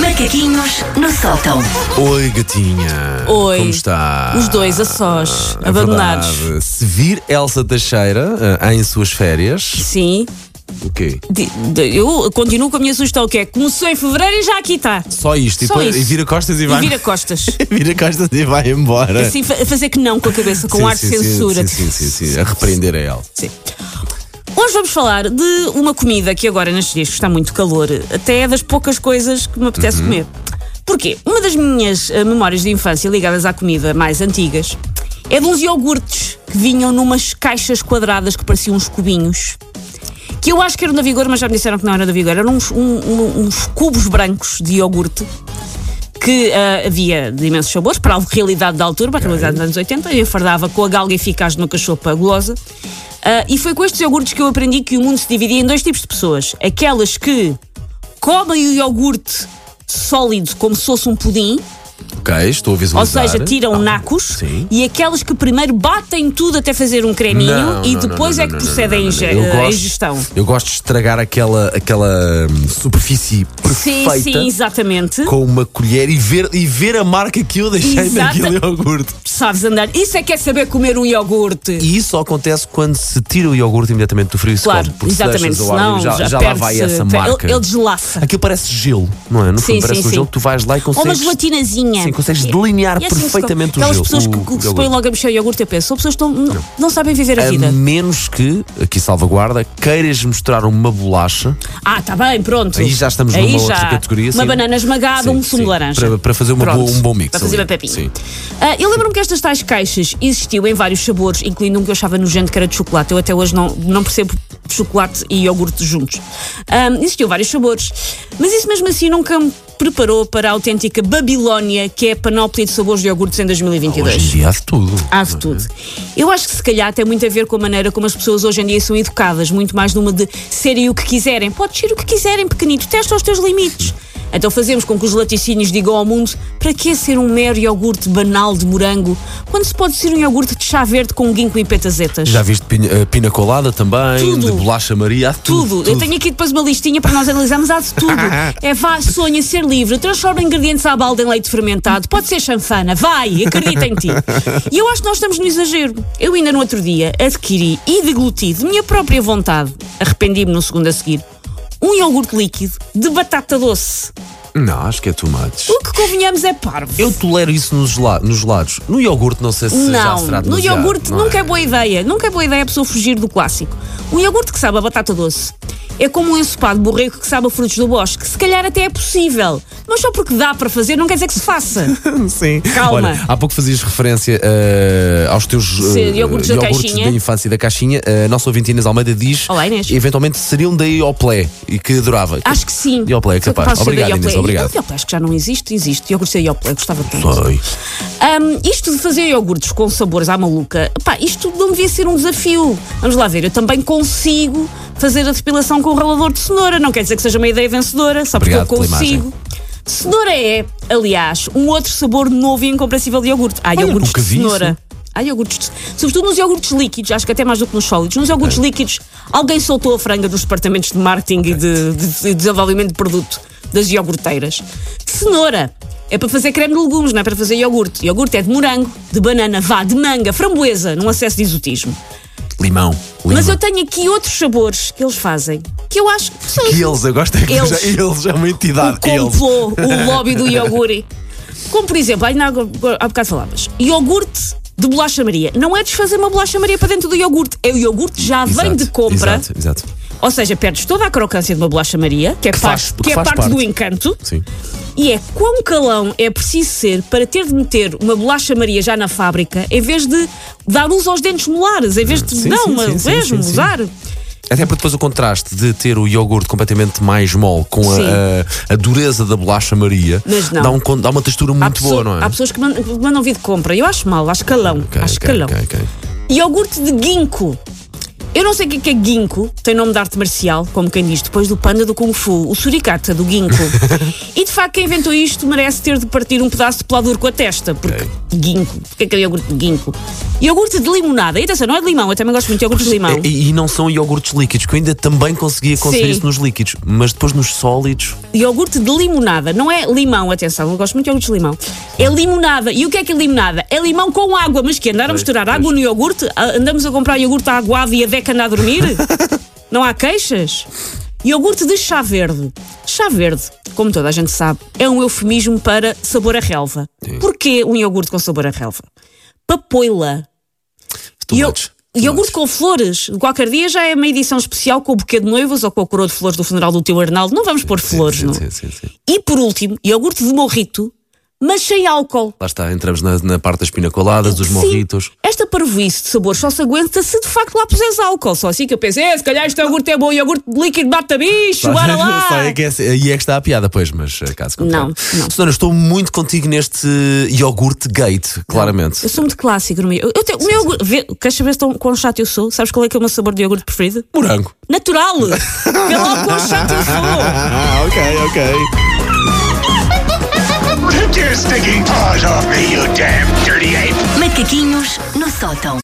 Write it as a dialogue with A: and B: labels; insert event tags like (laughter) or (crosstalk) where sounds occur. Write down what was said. A: Macaquinhos no sótão.
B: Oi, gatinha.
C: Oi.
B: Como está?
C: Os dois a sós,
B: É
C: abandonados.
B: verdade. Se vir Elsa Teixeira eh, em suas férias,
C: Sim.
B: o quê?
C: De- de- eu continuo com a minha sugestão, que é começou em fevereiro e já aqui está.
B: Só isto. e,
C: Só
B: depois,
C: isso.
B: e vira costas e
C: E
B: vai.
C: vira
B: (laughs)
C: costas.
B: vira costas e vai embora.
C: Assim, fa- fazer que não com a cabeça, com
B: Sim,
C: ar de
B: sim, sim,
C: censura.
B: Sim, sim, sim, sim. A repreender a Elsa.
C: Sim. Hoje vamos falar de uma comida que agora nestes dias que está muito calor, até é das poucas coisas que me apetece comer. Porquê? Uma das minhas eh, memórias de infância ligadas à comida mais antigas é de uns iogurtes que vinham numas caixas quadradas que pareciam uns cubinhos. Que eu acho que eram da Vigor, mas já me disseram que não era da Vigor. Eram uns, um- um- uns cubos brancos de iogurte que ah, havia de imensos sabores, para a realidade da altura, para a realidade dos anos 80, eu enfardava com a galga eficaz de uma cachopa gulosa. Ah, e foi com estes iogurtes que eu aprendi que o mundo se dividia em dois tipos de pessoas. Aquelas que comem o iogurte sólido como se fosse um pudim,
B: Ok, estou a
C: ou
B: visualizar.
C: seja, tiram
B: Ah,
C: nacos,
B: Sim.
C: e aquelas que primeiro batem tudo até fazer um creminho
B: Não, não,
C: e
B: não,
C: depois
B: não,
C: é que
B: não, não,
C: procedem
B: não,
C: à
B: não, não. Eu
C: inge- à
B: gosto-
C: ingestão.
B: Eu gosto de estragar aquela, aquela hum, superfície
C: Sim,
B: perfeita.
C: sim, exatamente.
B: Com uma colher e ver, e ver a marca que eu deixei
C: Exata-
B: naquele iogurte.
C: Sabes andar. Isso é que é saber comer um iogurte.
B: E isso só acontece quando se tira o iogurte imediatamente do frio e se
C: Claro,
B: come, porque se
C: exatamente.
B: deixas ao ar
C: Senão
B: livre, já, já lá
C: perde-se-
B: vai essa
C: ele-
B: marca.
C: Ele, deslaça.
B: Aquilo parece gelo, não é? No
C: Sim,
B: fundo parece
C: sim,
B: um
C: sim.
B: gelo, tu vais lá e
C: Ou uma
B: consegues.
C: gelatinazinha.
B: Sim, consegues
C: É.
B: delinear
C: E assim se come.
B: perfeitamente o
C: Aquelas
B: gelo.
C: pessoas que,
B: o-
C: que
B: o
C: se põem
B: iogurte. Hum,
C: logo a mexer o iogurte, eu penso, são pessoas que estão- não, não sabem viver a vida.
B: A menos que, aqui salvaguarda, queiras mostrar uma bolacha.
C: Ah, está bem, pronto.
B: Aí já estamos
C: Aí
B: numa outra
C: já.
B: categoria,
C: Uma
B: sim.
C: banana esmagada,
B: Sim,
C: um sumo
B: sim.
C: de laranja.
B: Para- para fazer uma
C: Pronto.
B: boa- um bom mix
C: Para fazer
B: ali.
C: uma pepinha.
B: Sim.
C: Ah, eu lembro-me que estas tais caixas existiam em vários sabores, incluindo um que eu achava nojento que era de chocolate. Eu até hoje não, não percebo chocolate e iogurte juntos. Ah, existiam vários sabores, mas isso mesmo assim nunca me preparou para a autêntica Babilónia, que é a panóplia de sabores de iogurtes em 2022.
B: Ah, Hoje em dia há de tudo.
C: Há de tudo. Eu acho que se calhar tem muito a ver com a maneira como as pessoas hoje em dia são educadas, muito mais numa de serem o que quiserem. Podes ser o que quiserem, pequenito, testa os teus limites. Então fazemos com que os laticínios digam ao mundo para que ser um mero iogurte banal de morango quando se pode ser um iogurte de chá verde com um guinco e petazetas?
B: Já viste pina, eh, pina colada também,
C: Tudo.
B: de bolacha Maria, há de tudo.
C: Tudo. Eu tenho aqui depois uma listinha para nós analisarmos. Há de tudo.
B: (laughs)
C: É vá, sonha ser livre, transforma ingredientes à balda em leite fermentado, pode ser chanfana, vai, acredita
B: (laughs)
C: em ti. E eu acho que nós estamos no exagero. Eu ainda no outro dia adquiri e degluti de minha própria vontade, arrependi-me no segundo a seguir, um iogurte líquido de batata doce.
B: Não, acho que é too much.
C: O que convenhamos é parvo.
B: Eu tolero isso nos, gela- nos gelados. No iogurte, não sei se já
C: Não,
B: será
C: no
B: demasiado,
C: iogurte
B: não
C: nunca é boa ideia. Nunca é boa ideia a pessoa fugir do clássico. Um iogurte que sabe a batata doce é como um ensopado borrego que sabe a frutos do bosque. Se calhar até é possível. Mas só porque dá para fazer não quer dizer que se
B: (laughs)
C: faça.
B: Sim.
C: Calma.
B: Olha, há pouco fazias referência eh, aos teus eh,
C: Sim, iogurtes da caixinha.
B: infância e da caixinha. A nossa ouvinte Inês Almeida diz
C: Olá, Inês.
B: eventualmente seriam um da Ioplé e que adorava.
C: Acho que sim.
B: Ioplé, é
C: Sou
B: capaz.
C: de ser da
B: Obrigado,
C: Ioplé.
B: Inês, obrigado.
C: Ioplé, acho que já não existe, existe. Iogurte da Ioplé, gostava tanto.
B: Ai,
C: Ahm, isto de fazer iogurtes com sabores à maluca, pá, isto não devia ser um desafio. Vamos lá ver, eu também consigo fazer a depilação com o ralador de cenoura. Não quer dizer que seja uma ideia vencedora, só porque
B: Obrigado
C: eu
B: pela imagem.
C: consigo. Cenoura é, aliás, um outro sabor novo e incompreensível de iogurte. Há iogurtes
B: nunca
C: de
B: vi
C: cenoura.
B: isso.
C: Há iogurtes, de- sobretudo nos iogurtes líquidos, acho que até mais do que nos sólidos. Nos
B: É.
C: iogurtes líquidos, alguém soltou a franga dos departamentos de marketing e de, de- de desenvolvimento de produto das iogurteiras. Cenoura é para fazer creme de legumes, não é para fazer iogurte. Iogurte é de morango, de banana, vá, de manga, framboesa, num acesso de exotismo.
B: limão. Lima.
C: Mas eu tenho aqui outros sabores que eles fazem, que eu acho que são
B: Que eles, eu gosto é que
C: Eles. um
B: já- eles é uma entidade.
C: o complô,
B: (laughs)
C: o lobby do iogurte. Como, por exemplo, ainda há, há bocado falavas, iogurte de bolacha Maria. Não é desfazer uma bolacha Maria para dentro do iogurte. É o iogurte já
B: Eles.
C: vem
B: Exato,
C: de compra.
B: Exato, exato.
C: Ou seja, perdes toda a crocância de uma bolacha Maria, que é, parte,
B: faz- que
C: que é
B: faz
C: parte,
B: parte.
C: do encanto.
B: Sim.
C: E é quão calão é preciso ser para ter de meter uma bolacha Maria já na fábrica, em vez de dar uso aos dentes molares, em vez de
B: Sim,
C: não,
B: sim,
C: mas
B: sim, sim,
C: mesmo
B: sim, sim.
C: usar.
B: Até porque depois o contraste de ter o iogurte completamente mais mole com a,
C: Sim.
B: a- a dureza da bolacha Maria
C: Mas não.
B: Dá, um con- dá uma textura muito
C: Há, pessoa-
B: boa, não é?
C: há pessoas que mandam, que mandam vir de compra. Eu acho mal, acho calão.
B: Ok,
C: acho
B: ok,
C: calão.
B: ok, ok.
C: Iogurte de ginkgo. Eu não sei o que é que é ginkgo, tem nome de arte marcial, como quem diz, depois do panda do Kung Fu, o suricata do ginkgo. e de facto, quem inventou isto merece ter de partir um pedaço de peladuro com a testa, porque
B: Ok.
C: ginkgo, porque é que é iogurte de ginkgo? Iogurte de limonada, e atenção, não é de limão, eu também gosto muito de iogurte de limão.
B: É, E, e não são iogurtes líquidos, que eu ainda também conseguia conseguir
C: Sim.
B: isso nos líquidos, mas depois nos sólidos.
C: iogurte de limonada. Não é limão, atenção, eu gosto muito de iogurte de limão. É limonada. E o que é que é limonada? É limão com água, mas que andar a
B: Pois,
C: misturar
B: pois.
C: água no iogurte? A- Andamos a comprar iogurte aguado e a Deca anda
B: (laughs)
C: a dormir? Não há queixas? Iogurte de chá verde. Chá verde, como toda a gente sabe, é um eufemismo para sabor a relva. Porquê um iogurte com sabor a relva? Papoila.
B: Tomates.
C: Io- Iogurte com flores. Qualquer dia já é uma edição especial com o buquê de noivas ou com a coroa de flores do funeral do teu Arnaldo. Não vamos pôr
B: Sim,
C: flores,
B: sim,
C: não.
B: sim, sim, sim.
C: E por último, iogurte de morrito, mas sem álcool.
B: Lá está, entramos na, na parte das pinacoladas, dos
C: Sim,
B: morritos.
C: Esta parvoíce de sabor só se aguenta se de facto lá puseres álcool. Só assim que eu pensei, "Eh, se calhar este iogurte é bom, iogurte de líquido bata
B: (laughs)
C: bicho, bora lá.
B: Sei, é que é, e é que está a piada, pois, mas eh, caso contrário.
C: Não, não.
B: Sonora, estou muito contigo neste iogurte gate, claramente.
C: Eu sou muito clássico no meu. Eu tenho, o meu iogurte. Vê, queres saber tão, quão chato eu sou? Sabes qual é que é o meu sabor de iogurte preferido?
B: Morango. (laughs)
C: Natural! Vê lá o quão chato eu sou!
B: Ah, ok, ok.
A: Take your stinking paws off me, you damn dirty ape!
D: Macaquinhos no sótão.